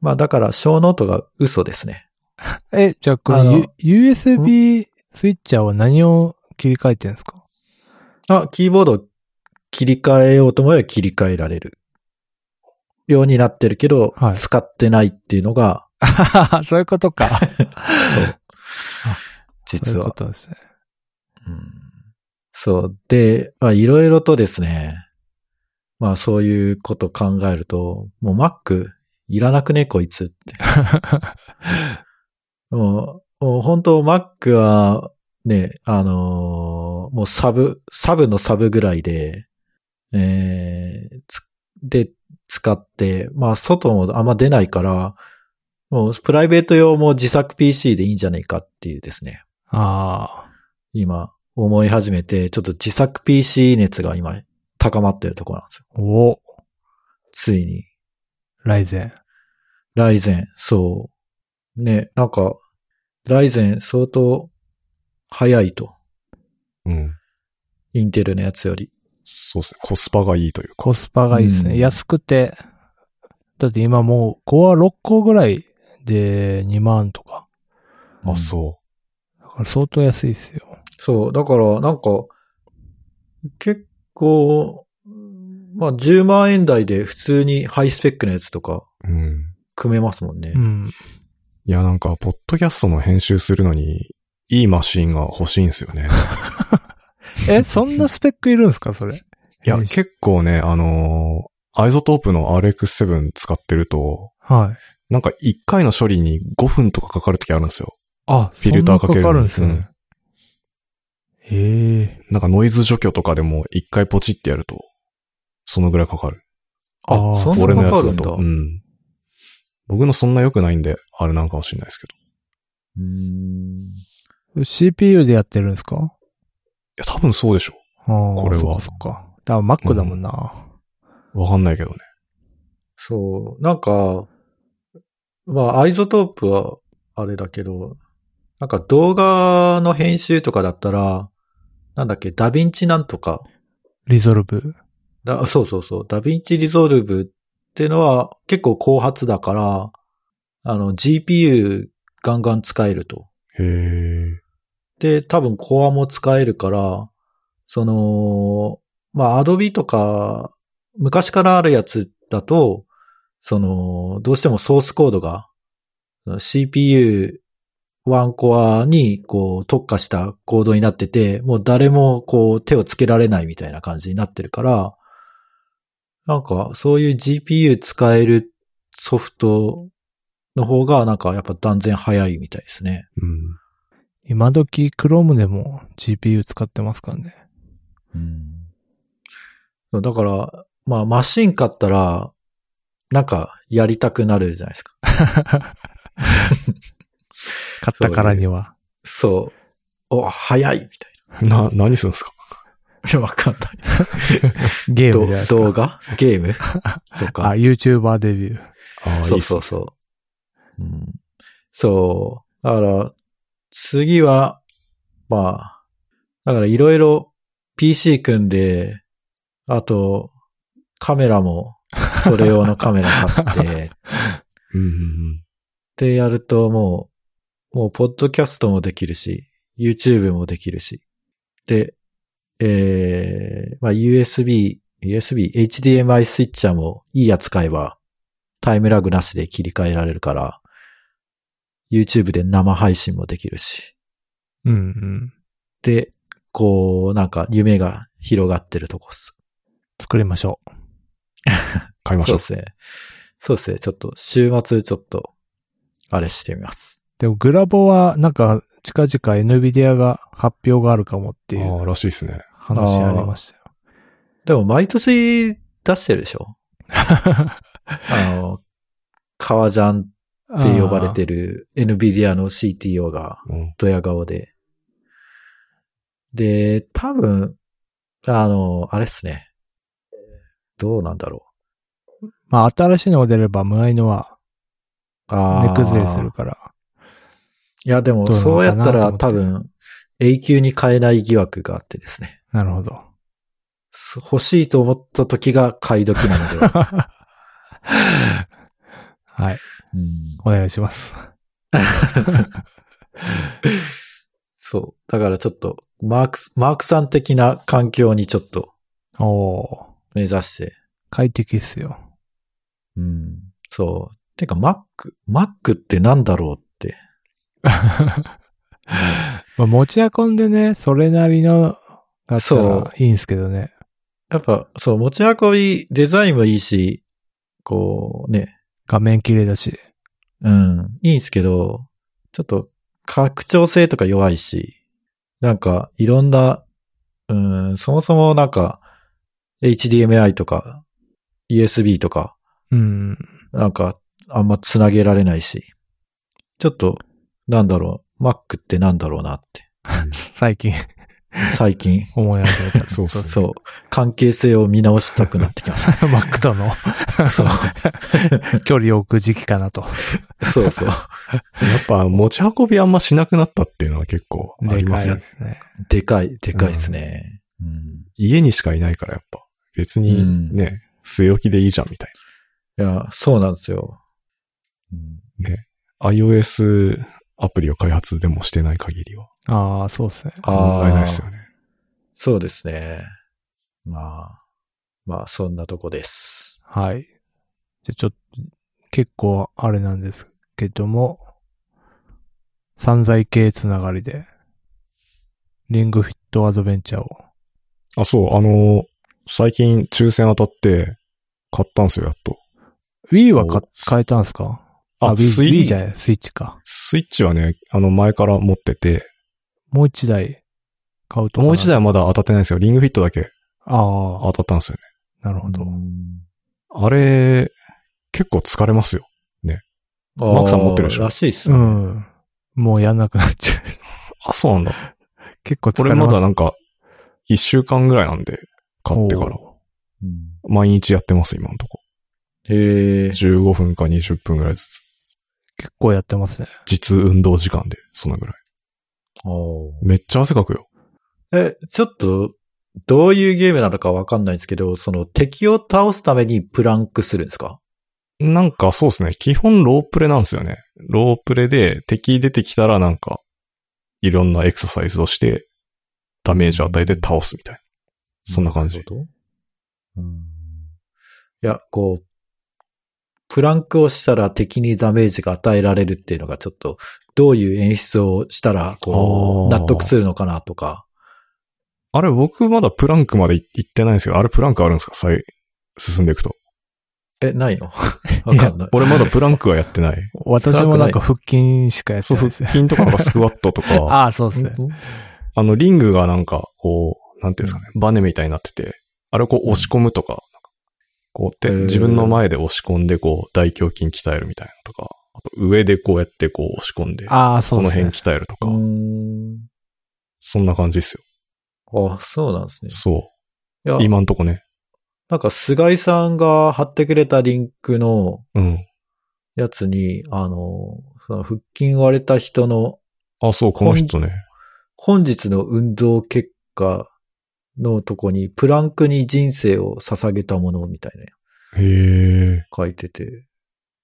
S2: まあだから、小ノートが嘘ですね。
S1: え、じゃあ、この
S2: あの
S1: U- USB スイッチャーは何を切り替えてるんですか
S2: あ、キーボードを切り替えようと思えば切り替えられる。ようになってるけど、
S1: はい
S2: 使ってないっていうのが、
S1: *laughs* そういうことか。
S2: そう。
S1: そう
S2: 実
S1: いうこ
S2: は。
S1: とですね。
S2: うんそう。で、まあ、いろいろとですね、まあそういうこと考えると、もう Mac いらなくね、こいつって。もう、もう本当 Mac はね、あのーもうサブ、サブのサブぐらいで、えーつで、使って、まあ外もあんま出ないから、もうプライベート用も自作 PC でいいんじゃないかっていうですね。
S1: あ
S2: 今、思い始めて、ちょっと自作 PC 熱が今、高まってるところなんですよ。
S1: あ、お、
S2: ついに。
S1: ライゼン。
S2: ライゼン、そう。ね、なんか、ライゼン相当、早いと。
S3: うん。
S2: インテルのやつより。
S3: そうですね。コスパがいいというか。
S1: コスパがいいですね。
S2: うん
S1: 安くて、だって今もう、コア6個ぐらいで2万とか。
S2: うん
S3: あ、そ
S1: だから相当安いですよ。
S2: そう、だから、なんか、結構、まあ、10万円台で普通にハイスペックのやつとか、
S3: う。うん。
S2: 組めますもんね。
S1: うん。
S3: いや、なんか、ポッドキャストの編集するのに、いいマシンが欲しいんですよね。
S1: え、そんなスペックいるんですかそ *laughs* れ。
S3: いや、
S1: 編集
S3: 結構ね、あのーアイゾトープの RX7 使ってると、
S1: はい。
S3: なんか1回の処理に5分とかかかるときあるんですよ。
S1: あ、
S3: フィルターかける
S1: そんなかかる
S3: の
S1: ん
S3: に
S1: ですね。へえ。
S3: なんかノイズ除去とかでも1回ポチってやると、そのぐらいかかる。
S1: あ
S2: あ、そんな
S3: 俺の
S2: の
S3: や
S2: かかる
S3: つだ
S2: んだ
S3: と。。うん。僕のそんな良くないんで、あれなんかもしれないですけど。
S2: うーん
S1: CPU でやってるんですか
S3: いや、多分そうでしょ。
S1: こ
S3: これは
S1: そっかそっか。だから Mac だもんな。
S3: わかんないけどね。
S2: そう。なんか、まあ、アイゾトープはあれだけど、なんか動画の編集とかだったら、なんだっけ、ダヴィンチなんとか。
S1: リゾルブ。
S2: だそうそうそう。ダヴィンチリゾルブっていうのは結構後発だから、あの、GPU ガンガン使えると。
S3: へー。
S2: で、多分コアも使えるから、その、まあ、Adobe とか、昔からあるやつだと、その、どうしてもソースコードが、CPU 1コアにこう特化したコードになってて、もう誰もこう手をつけられないみたいな感じになってるから、なんかそういう GPU 使えるソフトの方がなんかやっぱ断然早いみたいですね。
S3: うん。
S1: 今時 Chrome でも GPU 使ってますから
S2: *laughs*
S1: ね。
S2: うん。だから、まあ、マシン買ったら、なんか、やりたくなるじゃないですか。
S1: 買ったからには。
S2: そう。お、早いみた
S3: な、何するんですか
S2: いな。わ *laughs* かんない。
S1: ゲーム
S2: ど
S1: じゃないですか。
S2: 動画ゲ
S1: *laughs*
S2: ームと
S1: あ、
S2: か。
S1: YouTuber デビュー。
S3: ああ、い
S2: そ
S3: いうっす
S2: そうそう。うん、そう。だから、次は、まあ、だからいろいろ PC 組んで、あと、カメラも、それ用のカメラ
S1: *laughs*
S2: 買って、
S3: うんうんう
S2: っ
S3: ん。
S2: てやるともう、もうポッドキャストもできるし、YouTube もできるし。で、えー、まあ USB、USB、HDMI スイッチャーもいいやつ買えば、タイムラグなしで切り替えられるから、YouTube で生配信もできるし。
S1: うんうん。
S2: で、こう、なんか夢が広がってるとこっす。
S1: 作りましょう。
S3: 買いまし
S2: そう
S3: ょう
S2: で。すね。そうですね。ちょっと週末ちょっと、あれしてみます。
S1: でもグラボはなんか近々 NVIDIA が発表があるかもってい
S3: あ
S1: う
S3: あ、らしいですね。
S1: 話ありましたよ。
S2: でも毎年出してるで
S1: *laughs*
S2: しょあの、革ジャンって呼ばれてる NVIDIA の CTO が
S3: うん。
S2: ドヤ顔で。で、多分、あの、あれっすね。どうなんだろ
S1: まあ、新しいのが出れば、無愛のは、
S2: う。ああ。
S1: 値崩れするから。
S2: いや、でも、
S1: どうなの
S2: そう
S1: か
S2: やっ
S1: な
S2: た
S1: と
S2: ら
S1: 思って
S2: 多分、永久に買えない疑惑があってですね。
S1: なるほど。
S2: 欲しいと思った時が買い時なので
S1: *laughs*
S2: は。
S1: はい。
S2: うん、
S1: お願いします。
S2: *laughs* そう。だからちょっと、マークス、マークさん的な環境にちょっと
S1: おお
S2: 目指して。
S1: 快適っすよ。
S2: うん。そう。てか、Mac、Mac ってなんだろうって。
S1: まあ、持ち運んでね、それなりの、だった
S2: そう
S1: らいいんすけどね。
S2: やっぱ、そう、持ち運び、デザインもいいし、こうね、
S1: 画面綺麗だし。
S2: うん、いいんですけど、ちょっと、拡張性とか弱いし、なんか、いろんな、うん、そもそもなんか、HDMI とか、USB とか、
S1: うん。
S2: なんか、あんまつなげられないし、ちょっと、なんだろう、Mac ってなんだろうなって、
S1: 最近
S2: 最近、
S1: 思い始めた。
S3: そうっすね
S2: そう、関係性を見直したくなってきまし
S3: *laughs*
S1: マックとの
S2: た。そう、
S1: *laughs* 距離を置く時期かなと。
S3: *laughs*
S2: そうそう。
S3: やっぱ持ち運びあんましなくなったっていうのは結構あ
S1: で
S3: りま
S1: かい
S3: すよ
S1: で
S3: ね。
S1: すね。
S2: でかい、でかいっすね。うん。
S3: 家にしかいないからやっぱ。別にね、据え置きでいいじゃんみたい
S2: いや、そうなんですよ。うん
S3: な。iOS アプリを開発でもしてない限りは
S1: ああ、そうっすね。
S3: 問題ないです
S2: あ
S3: よね。
S2: ーそうですね。まあ、まあ、そんなとこです。
S1: はい。じゃあちょっと、結構あれなんですけども、散財系つながりで、リングフィットアドベンチャーを。
S3: あ、そう、あのー最近抽選当たって買ったんですよ、やっと。
S1: Wii は
S3: そう
S1: か変えたんすか
S3: あ、
S1: Wii,
S3: ス
S1: Wii
S3: イ
S1: じゃない、スイッチか。
S3: スイッチはね、あの前から持ってて、
S1: もう一台買うとかな
S3: もう一台はまだ当たってないんですよ。リングフィットだけ
S1: あ
S3: 当たったんですよね。
S1: あ、なるほど。
S2: うん
S3: あれ、結構疲れますよ。マークさん持ってるでし
S2: あ
S3: ょ
S2: ーらしいっす
S1: う
S2: ね。
S1: ん。もうやんなくなっちゃう。 *laughs*
S3: あ、そうなんだ。
S1: 結構疲
S3: こ
S1: れ
S3: れ
S1: ま
S3: ますだなんか、一週間ぐらいなんで、買ってから。
S2: うん
S3: 毎日やってます、今のとこ。
S2: へえ。
S3: 15分か20分ぐらいずつ。
S1: 結構やってますね。
S3: 実運動時間で、そのぐらい。
S2: おー
S3: めっちゃ汗かくよ。
S2: え、ちょっと、どういうゲームなのかわかんないんですけど、その敵を倒すためにプランクするんですか
S3: なんかそうですね。基本ロープレなんですよね。ロープレで敵出てきたらなんか、いろんなエクササイズをして、ダメージを与えて倒すみたいな。そんな感じ
S2: る。ほどうんいや、こう、プランクをしたら敵にダメージが与えられるっていうのがちょっと、どういう演出をしたら、こう、
S3: あー
S2: 納得するのかなとか。
S3: あれ僕まだプランクまでい行ってないんですけど、あれプランクあるんですかさい進んでいくと。
S2: え、ない
S3: *laughs*
S2: のわかんない。
S3: 俺まだプランクはや *laughs* ってない。
S1: 私もなんか腹筋しかやって
S3: そう、
S1: ない
S3: 腹
S1: ですね。
S3: 筋とかなんかスクワットと *laughs* か。
S1: *laughs* ああ、そうですね。
S2: 本
S3: あの、リングがなんか、こう、なんていうんですかね、バネみたいになってて、あれをこう押し込むとか、なんかこう手
S2: へー
S3: 自分の前で押し込んで、こう、大胸筋鍛えるみたいなのとか、あと上でこうやってこう押し込んで、
S1: ああ、そ
S3: こ
S1: う
S3: の
S1: ですね。
S3: 辺鍛えると
S2: 当
S3: か、そんな感じですよ。
S2: うーん。あ、そうなんですね。
S3: そ
S2: いや
S3: う。、今んとこね。
S2: なんか菅井さんが貼ってくれたリンクの
S3: うん。
S2: やつに、あの、その腹筋割れた人の
S3: あ、そう、この人ね。
S2: 本日の運動結果のとこに、プランクに人生を捧げたものみたいなの
S3: へえ。
S2: 書いてて。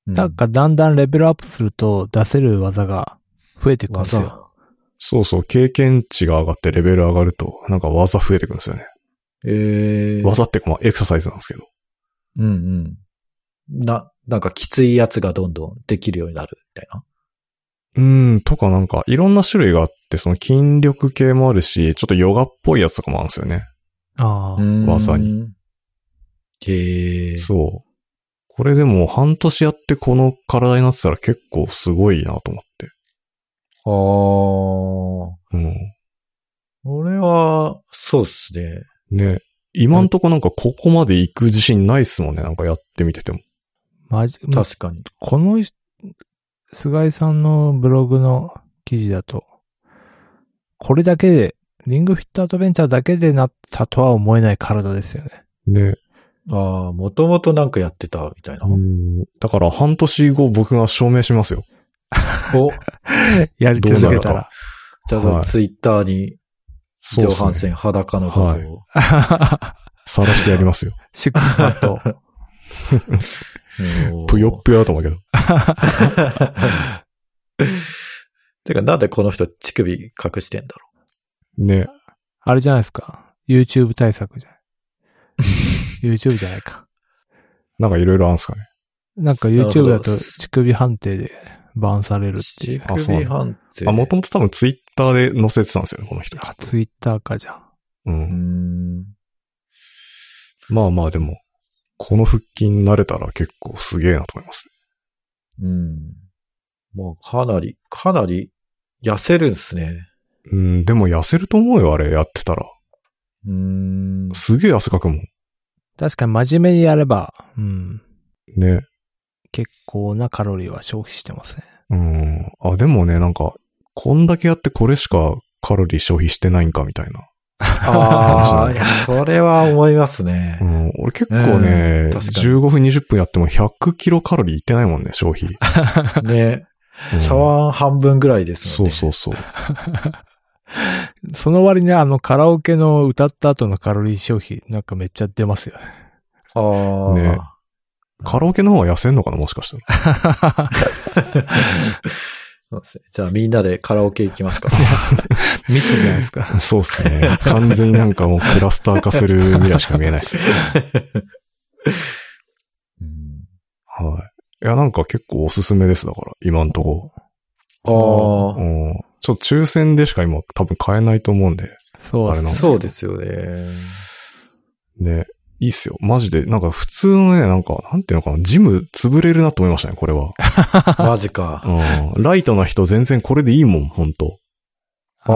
S2: う
S1: なんかだんだんレベルアップすると出せる技が増えてくるんですよ。
S2: 技。
S3: そうそう、経験値が上がってレベル上がると、なんか技増えてくるんですよね。
S2: ええ
S3: 技ってか、まあ、エクササイズなんですけど。
S2: うんうん。な、なんかきついやつがどんどんできるようになるみたいな。
S3: うん、とかなんか、いろんな種類があって、その筋力系もあるし、ちょっとヨガっぽいやつとかもあるんですよね。
S1: ああ、
S3: 技
S2: に。へえ。
S3: そう。これでも半年やってこの体になってたら結構すごいなと思って。
S2: あー。
S3: うん。
S2: 俺は、そうっすね。
S3: ね。今んとこなんかここまで行く自信ないっすもんね。なんかやってみてても。
S1: マジ、
S2: 確かに。
S1: この人、菅井さんのブログの記事だと、これだけで、リングフィットアドベンチャーだけでなったとは思えない体ですよね。
S3: ね。
S2: ああ、もともとなんかやってたみたいな。
S3: だから半年後僕が証明しますよ。
S2: お、
S1: やり続けたら。
S2: じゃあそ
S3: は
S2: の
S3: い
S2: ツイッターに
S3: そう
S2: 上
S3: っすね
S2: 半。身裸の画像を。
S3: さらしてやります
S2: *laughs*
S3: よ。
S1: シックスパッド。 *laughs*
S2: うん
S3: ぷよっぷよだと思うけど。
S2: てかなんでこの人乳首隠してんだろ
S3: ね。
S1: あれじゃないですか。YouTube 対策じゃない。YouTube じゃない *laughs* か。
S3: なんかいろいろあるんすかね。
S1: なんか
S2: るほど
S1: YouTube だと乳首判定でバンされる
S2: う。
S1: ってい
S2: 乳
S1: う。
S3: あそうなん
S2: 首
S3: だ
S2: 判定。
S3: あ、もともと多分ツイッターで載せてたんですよね、この人。
S1: あ、ツイッターかじゃん。
S2: う
S3: う。
S2: んん。
S3: まあまあでも、この腹筋慣れたら結構すげえなと思います。
S2: うん。もうかなり、かなり痩せるんすね。
S3: うん、でも痩せると思うよ、あれやってたら。
S2: うん。
S3: すげえ汗かくもん。
S1: 確かに真面目にやれば、うん。
S3: ね。
S1: 結構なカロリーは消費してますね。
S3: うん。あ、でもね、なんか、こんだけやってこれしかカロリー消費してないんか、みたいな。 *laughs*
S2: ああ、いや、それは思いますね
S3: う。ん。俺結構
S2: う
S3: ね
S2: ん、確かに
S3: 15分20分やっても100キロカロリーいってないもんね、
S2: *laughs*
S3: 消費。
S2: ね。
S3: うん
S2: 茶碗半分ぐらいです
S3: そ
S2: もん
S3: う
S2: ね。
S3: そうそう。
S1: その割にあのカラオケの歌った後のカロリー消費なんかめっちゃ出ます *laughs* よね。
S2: ああ。
S3: ねカラオケの方が痩せんのかな、もしかしたら。
S2: そうですね。じゃあみんなでカラオケ行きます
S3: *laughs*
S2: か。
S1: 密じゃないですか。
S3: そうっすね。完全になんかもうクラスター化する未来しか見えないっす。
S2: うん
S3: はい。いや、なんか結構おすすめです、だから、今んとこ。
S2: あ
S3: うん。ちょっと抽選でしか今多分買えないと思うんで、
S1: *laughs* そうで
S3: あれ
S1: す
S3: な
S2: あ、
S3: ん
S1: ね。
S2: そうですよね。
S3: ね。いいっすよ。マジで、なんか普通のね、なんか、なんていうのかな、ジム潰れるなと思いましたね、これは。
S2: マジか。
S3: うん。ライトな人全然これでいいもん、ほんと。
S2: あ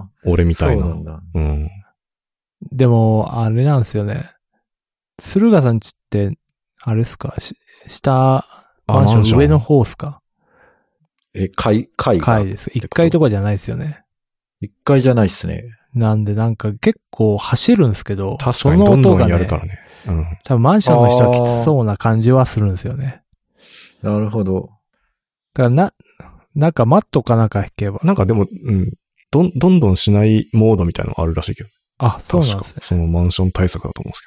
S2: あ。
S3: 俺みたいな。
S2: そう
S3: う
S2: なんだ。
S3: ん。
S1: でも、あれなんですよね。駿河さんちって、あれっすかし下、マンション
S3: マンション
S1: 上の方っすか
S2: え、階、階が
S1: 階。です。1階とかじゃないですよね。
S2: 一階じゃないっすね。
S1: なんでなんか結構走るんですけど、
S3: 確
S1: そ
S3: かに
S1: の
S3: どん
S1: 音
S3: ど
S1: が
S3: んや
S1: ね
S3: る、からね。うん。
S1: 多分マンションの人はきつそうな感じはするんですよね。
S2: なるほど。
S1: だからな、なんかマットかなんか引けば。
S3: なんかでも、うん。どん、どんどんしないモードみたいなのあるらしいけど。
S1: あ、そう
S3: 確
S1: なん
S3: か
S1: ですね。
S3: そのマンション対策だと思うんです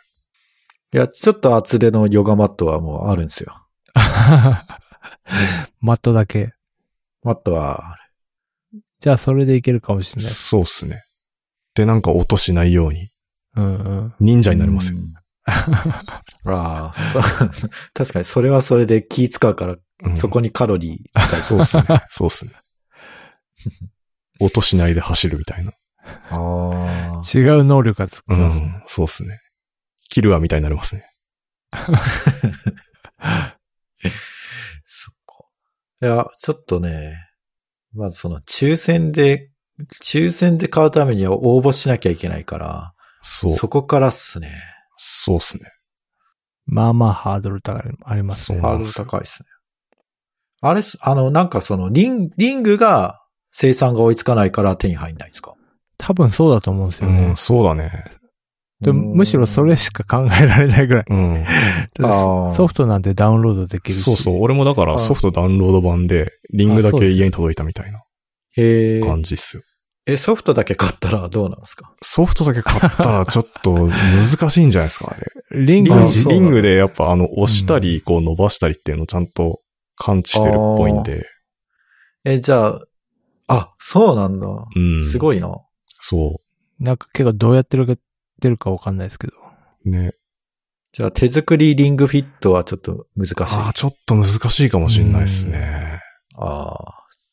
S2: いや、ちょっと厚手のヨガマットはもうあるんですよ。
S1: マットだけ。
S2: マットはある、
S1: じゃあそれでいけるかもし
S3: け
S1: れ
S3: ど。
S1: ない。
S3: そうっすね。で、なんか音しないように、
S1: うんうん。
S3: 忍者になりますよ。
S2: うん。ああ、そう *laughs* 確かにそれはそれで気使うから、
S3: うん
S2: そこにカロリー使い
S3: そうっすね。そうっすね。音しないで走るみたいな。
S2: ああ。
S1: 違う能力がつく。
S3: うん、そうっすね。キルアみたいになりますね。
S2: そっか。いや、ちょっとね、まずその抽選で、抽選で買うためには応募しなきゃいけないから、
S3: そ。
S2: そうこからっすね。
S3: そうっすね。
S1: まあまあハードル高い、ありますね。
S3: そう
S2: ハードル高いっすね。あれっす、あの、なんかその、リン、リングが生産が追いつかないから手に入んないんですか
S1: 多分そうだと思うんですよ
S3: う
S1: ね
S3: ん、。そうだね。
S1: でむしろそれしか考えられないぐらい。
S3: うん。
S2: あー
S1: ソフトなんてダウンロードできるし。
S3: そうそう。俺もだから
S2: あ
S3: ソフトダウンロード版で、リングだ
S1: あそう
S3: け
S1: です
S3: 家に届いたみたいな
S2: へえ。
S3: 感じっすよ。
S2: え、ソフトだけ買ったらどうなんですか
S3: ソフトだけ買ったらちょっと難しいんじゃないですか、あれ。
S1: リン
S3: リ
S1: グ
S3: ン
S2: あ
S3: グ
S2: そう
S3: リ
S2: なんだ
S3: ングでやっぱあの、押したり、こう伸ばしたりっていうのをちゃんと感知してるっぽいんで。
S2: え、じゃあ、あ、そうなんだ。
S3: うん。
S2: す
S3: い。
S2: ごいな。
S3: そ
S1: なんか結構どうやってるか、てるかわかんないですけど。
S3: う。ね。
S2: じゃあ、手作りリングフィットはちょっと難しい。
S3: ああ、
S2: あ
S3: ちょっと難しいかもしれないですね。
S2: あー、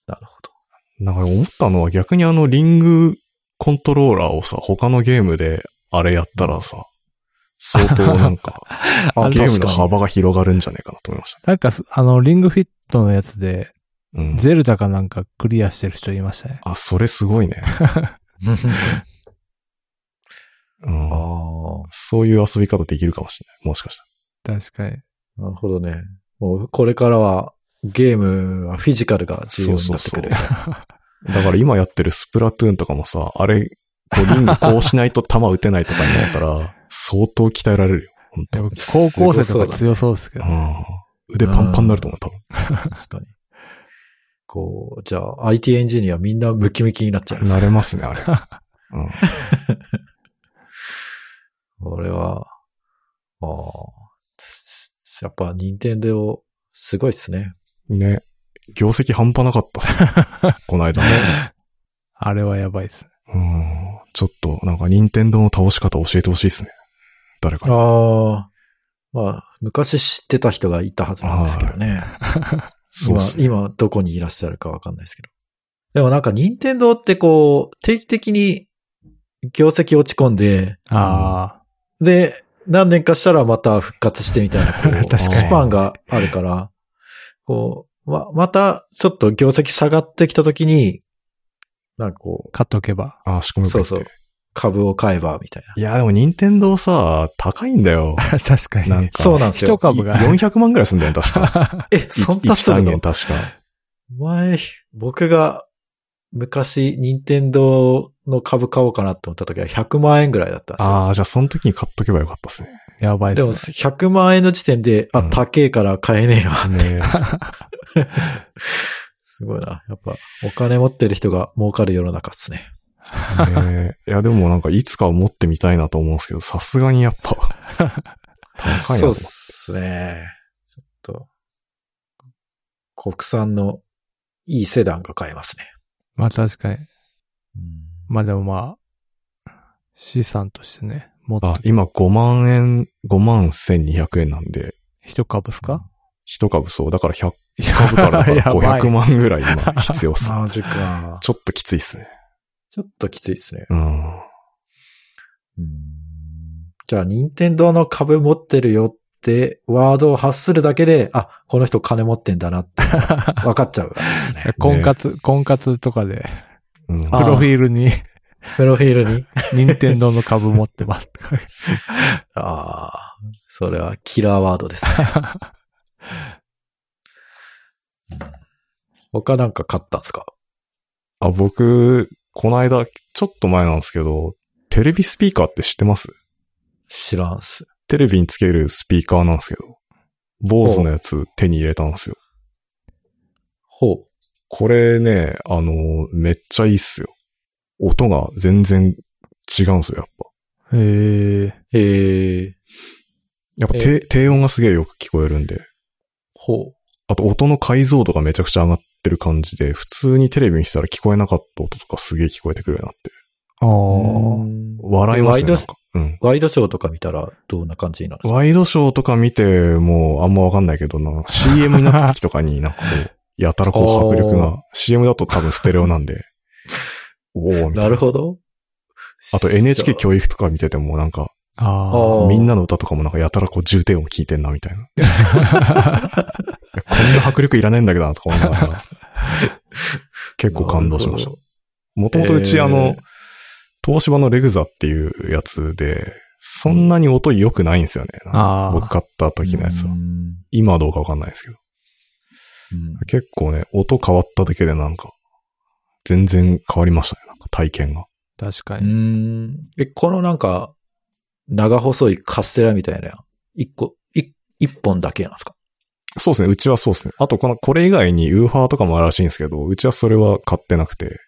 S2: なるほど。 *laughs*
S3: なんか思ったのは逆にあのリングコントローラーをさ、他のゲームであれやったらさ、相当な
S2: *laughs*
S3: んか、
S1: あ
S3: ゲーム
S2: 確か
S3: の
S2: に
S3: 幅が広がるんじゃないかなと思いましたね。
S1: なんかす、あの、リングフィットのやつで、
S3: うん。
S1: ゼルダかなんかクリアしてる人いましたね。
S3: あ、それすごいね。うん
S2: あ。あ。
S3: そういう遊び方できるかもしれない。もしかした
S1: 確かに。
S2: なるほどね。もう、これからは、ゲームはフィジカルが重要になってくる。
S3: そうら。だから今やってるスプラトゥーンとかもさ、あれ、こうリングこうしないと弾打てないとかになった
S2: *laughs*
S3: ら、相当鍛えられるよ。本当
S1: でも高校生とか強そうですけど。
S3: うん。腕パンパンになると思う、
S2: *laughs*
S3: 多分。
S2: 確かに。こう、じゃあ、IT エンジニアみんなムキムキになっちゃいます
S3: 慣。れますね、あれ。うん。
S2: 俺は、ああ、やっぱ任天堂すごいっすね。
S3: ね。業績半端なかったっすね
S2: *laughs*
S3: この間ね。
S1: あれはやばいです。
S3: うん。ちょっと、なんか、任天堂の倒し方教えてほしいですね。誰かに。
S2: ああ、まあ、昔知ってた人がいたはずなんですけどね。
S3: そうっすね。
S2: 今、今どこにいらっしゃるかわかんないですけど。でもなんか任天堂ってこう、定期的に業績落ち込んで、
S1: あ
S2: で、何年かしたらまた復活してみたいな、こ
S1: *laughs* 確
S2: う
S1: かに
S2: スパンがあるから、こう、ま、また、ちょっと業績下がってきたときに、なんかこ
S1: あ、買っとけば。
S3: ああ、仕込
S2: う、
S3: み
S2: そうそう、株を買えば、みたい
S3: いや、でも任天堂さ、高いん
S2: *laughs*
S3: だよ。
S1: 確かに
S3: なん
S1: ね。
S2: な。
S3: か。
S2: そうなんです
S1: 一
S2: よ。
S1: 株が。
S3: 400万ぐらいすんだよね、
S2: *laughs*
S3: 確か。
S2: え、そんなする
S3: 1単
S2: の
S3: 元確か。
S2: 前、僕が昔、任天堂の株買おうかなって思った時は100万円ぐらいだったんですよ。
S3: ああ、じゃあその時に買っとけばよかったで
S2: *laughs*
S3: すね。
S1: やばい
S2: で
S1: で
S2: も、
S1: すね。
S2: 100万円の時点で、あ、
S3: うん
S2: 高えから買えねえな。
S3: ね
S2: *laughs* すごいな。やっぱ、お金持ってる人が儲かる世の中っすね。
S3: え。ねえいや、でもなんかいつかは持ってみたいなと思うんですけど、さすがにやっぱ、高い
S2: そう
S3: な
S2: っ。すね。ちょっと、国産のいいセダンが買えますね。
S1: まあ確かに。まあでもまあ、資産としてね、もっと
S3: あ、今5万円、5万1200円なんで、
S1: 一株っすか
S3: 一株そう。だから100
S1: いや
S3: 株からだ *laughs* か
S1: *laughs*
S3: ら
S1: やばい。
S3: 500万ぐらい今必要っす。
S2: マジか。
S3: *laughs* ちょっときついっすね。
S2: ちょっときついっすね。
S3: うん。
S2: じゃあ、任天堂の株持ってるよって、ワードを発するだけで、あ、この人金持ってんだな *laughs* って、分かっちゃうわけですね
S1: 婚活、婚活とかで、
S3: うん。
S1: プ
S2: あ
S1: ロフィールに、 *laughs*
S2: プロフィールに。
S1: 任天堂の株持ってます。
S2: ああ、それはキラーワードですね。他なんか買ったんすか
S3: あ、僕、この間、ちょっと前なんですけど、テレビスピーカーって知ってます
S2: 知らんっす。
S3: テレビにつけるスピーカーなんですけど、坊主のやつ手に入れたんですよ。
S2: ほう。
S3: これね、あの、めっちゃいいっすよ。音が全然違うんですよ、やっぱ。
S1: へえ。
S2: へえ、
S3: やっぱ
S2: え
S3: 低低音がすげえよく聞こえるんで。
S2: ほう。
S3: あと音の解像度がめちゃくちゃ上がってる感じで、普通にテレビにしたら聞こえなかった音とかすげえ聞こえてくるようになって。
S1: あ
S2: う
S1: あ。
S2: ん
S3: 笑いますね。
S2: えワ
S3: なん
S2: イ
S3: かうん。
S2: ドワイドショーとか見たらどんな感じになるんですか
S3: ワイドショーとか見てもあんまわかんないけどな、CM になった時とかになんかこう、やたらこう迫力
S2: あー
S3: が、CM だと多分ステレオなん
S2: *laughs*
S3: で、おーみたい
S2: な
S3: な
S2: る。ほど。
S3: あと NHK
S2: じゃ
S3: 教育とか見ててもなんか、
S1: あ
S2: あ
S1: あ。
S2: ー
S3: みんなの歌とかもなんかやたらこう重低音聞いてんなみたい
S2: *laughs*
S3: な。こんな迫力いらねえんだけどなとか思い
S2: *laughs*
S3: ながら。結構感動しました
S2: なる。
S3: もともとうち
S2: えー
S3: あの、東芝のレグザっていうやつで、そんなに音良くないんですよね。
S1: あー
S3: 僕買った時のやつ
S2: う
S3: は。
S2: ん
S3: 今はどうかわかんないですけど。
S2: うん
S3: 結構ね、音変わっただけでなんか、全然変わりましたね。なんか体験が。
S1: 確か
S2: う
S1: に。
S2: ん。え、このなんか、長細いカステラみたいな、一個、い一本だけなんですか
S3: そうですね。うちはそうですね。あと、この、これ以外にウーファーとかもあるらしいんですけど、うちはそれは買ってなくて。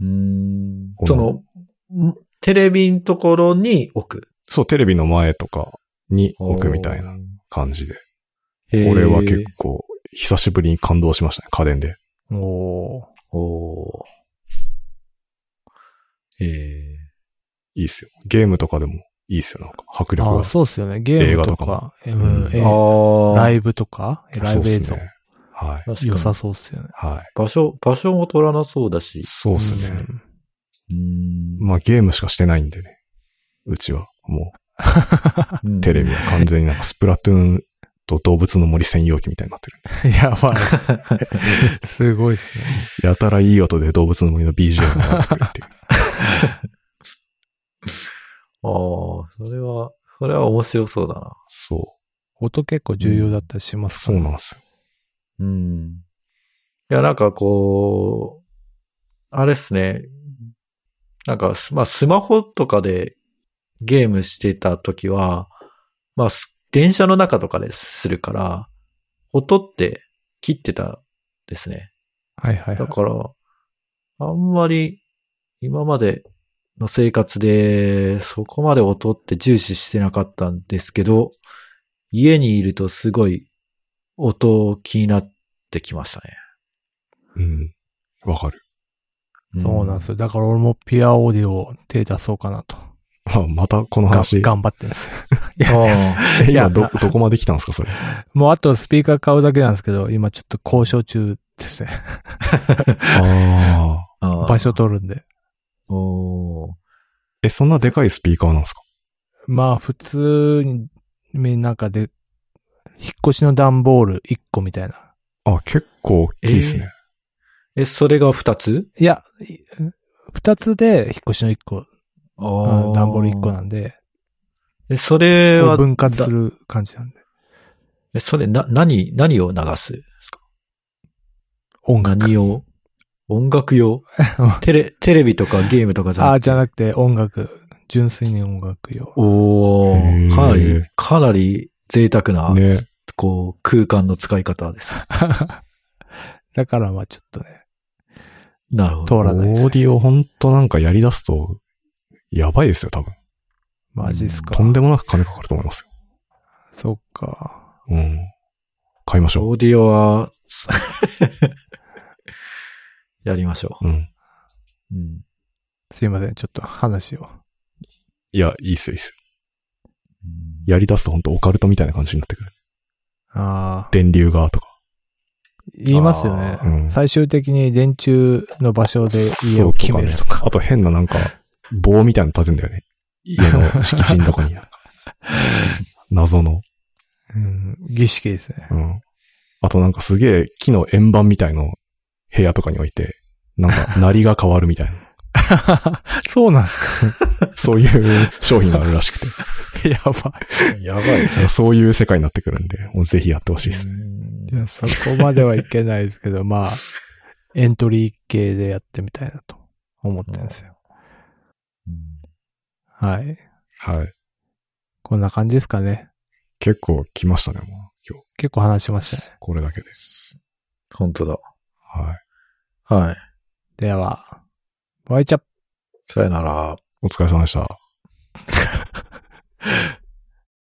S2: うん
S3: この
S2: その、んテレビのところに置く。
S3: そう、テレビの前とかに置くみたいな
S2: おー。
S3: 感じで。
S2: へー
S3: これは結構、久しぶりに感動しましたね。家電で。
S1: おー
S2: おーええ
S3: いいっすよ。ゲームとかでもいいっすよ。なんか、迫力
S1: あ
S3: が
S1: あ、。そうっすよね。ゲームとか、
S3: も
S1: M
S3: え
S1: え
S2: あー
S1: ライブとか、ライ
S3: そうっ
S1: ブ映
S3: す
S1: 像。
S3: ね。はい。
S2: 確かに
S1: 良さそうっすよね。
S3: はい。
S2: 場所、場所も取らなそうだし。
S3: そうっすね。
S1: ね。
S2: うん
S3: まあ、ゲームしかしてないんでね。うちは、もう、テレビは完全になんか、スプラトゥーンと動物の森専用機みたいになってる。
S1: やばい。すごいですね。
S3: やたらいい音で動物の森の BGM が鳴ってくる
S1: *laughs*
S3: っていう。
S2: ああ、それは、それは面白そうだな。
S3: そう。
S1: 音結構重要だったりしますか
S3: そう
S1: ら
S3: なんですよ。
S2: うん。いや、なんかこう、あれっすね。なんか、すまあ、スマホとかでゲームしてた時は、まあ、す電車の中とかでするから、音って切ってたんですね。
S1: はいはいは
S2: だ
S1: い。
S2: から、あんまり今までの生活でそこまで音って重視してなかったんですけど、家にいるとすごい音気になってきましたね。
S3: うん。わかる。
S1: そうなんです
S2: よ。
S1: よ。だから俺もピュアオーディオ手出そうかなと。
S3: あ、またこの
S1: が
S3: 話。
S1: 頑張ってるんですよ。
S2: あ
S3: え今ど
S1: いや、
S3: どこまで来たんですか、
S1: *laughs*
S3: それ。
S1: もうあとスピーカー買うだけなんですけど、今ちょっと交渉中ですね。
S3: ああ。
S1: *laughs*
S2: あ
S1: 場所。取るんで。
S2: おー
S3: え、そんなでかいスピーカーなんですか
S1: まあ普通に、みんなかで、引っ越しの段ボール1個みたいな。
S3: あ、結構大きいですね。
S2: え、それが二つ
S1: いや、い2つで引っ越しの1個、
S2: あ
S1: うん段ボール1個
S2: の。
S1: なんで、
S2: え、それは、
S1: 分割す
S2: だ。
S1: る感じなんで。
S2: え、それ、な、何、何を流すんですか
S1: 音楽。
S2: 何用音
S1: *laughs*
S2: 楽用テレ、テレビとかゲームとかじゃ
S1: あ
S2: な
S1: あ、
S2: くて
S1: じゃなくて音楽。純粋に音楽用。
S2: お
S3: へ
S2: ー、
S3: ー
S2: かなり、かなり贅沢な、
S3: ね
S2: こう、空間の使い方です。
S3: *laughs*
S1: だからまあちょっとね、
S2: なるほ
S1: 通
S2: ど。
S1: らないです、
S3: オーディオほんとなんかやり出すと、やばいですよ、多分。
S1: マジっすか。
S3: とんでもなく金かかると思います
S1: そっか。
S3: よ。うん。買いましょ
S2: オーディオ
S3: *laughs*
S2: は、やりましょ
S3: う。うん。
S2: う。うん。
S1: すいません、ちょっと話を。
S3: いや、いいっすよ、いいっすよ。やり出すとほんとオカルトみたいな感じになってくる。
S1: ああ、
S3: 電流がとか。
S1: 言いますよね
S2: あ。
S3: うん。
S1: 最終的に電柱の場所で家を決めると
S3: そう
S1: か。
S3: あと変ななんか、棒みたいなの立てんだよね。家の敷地のとこになん
S1: *laughs*
S3: か。謎の。
S1: うん、儀式ですね。
S3: うん。あとなんかすげえ木の円盤みたいのを部屋とかに置いて、なん
S1: *laughs*
S3: か、鳴りが変わるみたいな。
S1: そうなんです
S3: そういう商品があるらしくて。
S1: か。 *laughs* やば
S2: *laughs* やばい。
S3: そういう世界になってくるんで、もうぜひやってほしいですね。
S1: *laughs* い。いや、そこまではいけないですけど、まあ、エントリー系でやってみたいなと思ってるんですよ。はい。
S3: はい。
S1: こんな感じですかね。
S3: 結構来ましたね、もう、今
S1: 結構話しました
S3: 日
S1: ね。。
S3: これだけで。
S2: 本当だ。
S3: はい。
S2: はい。
S1: では、ワイチャップ
S2: さよなら。
S3: お疲れ様でした。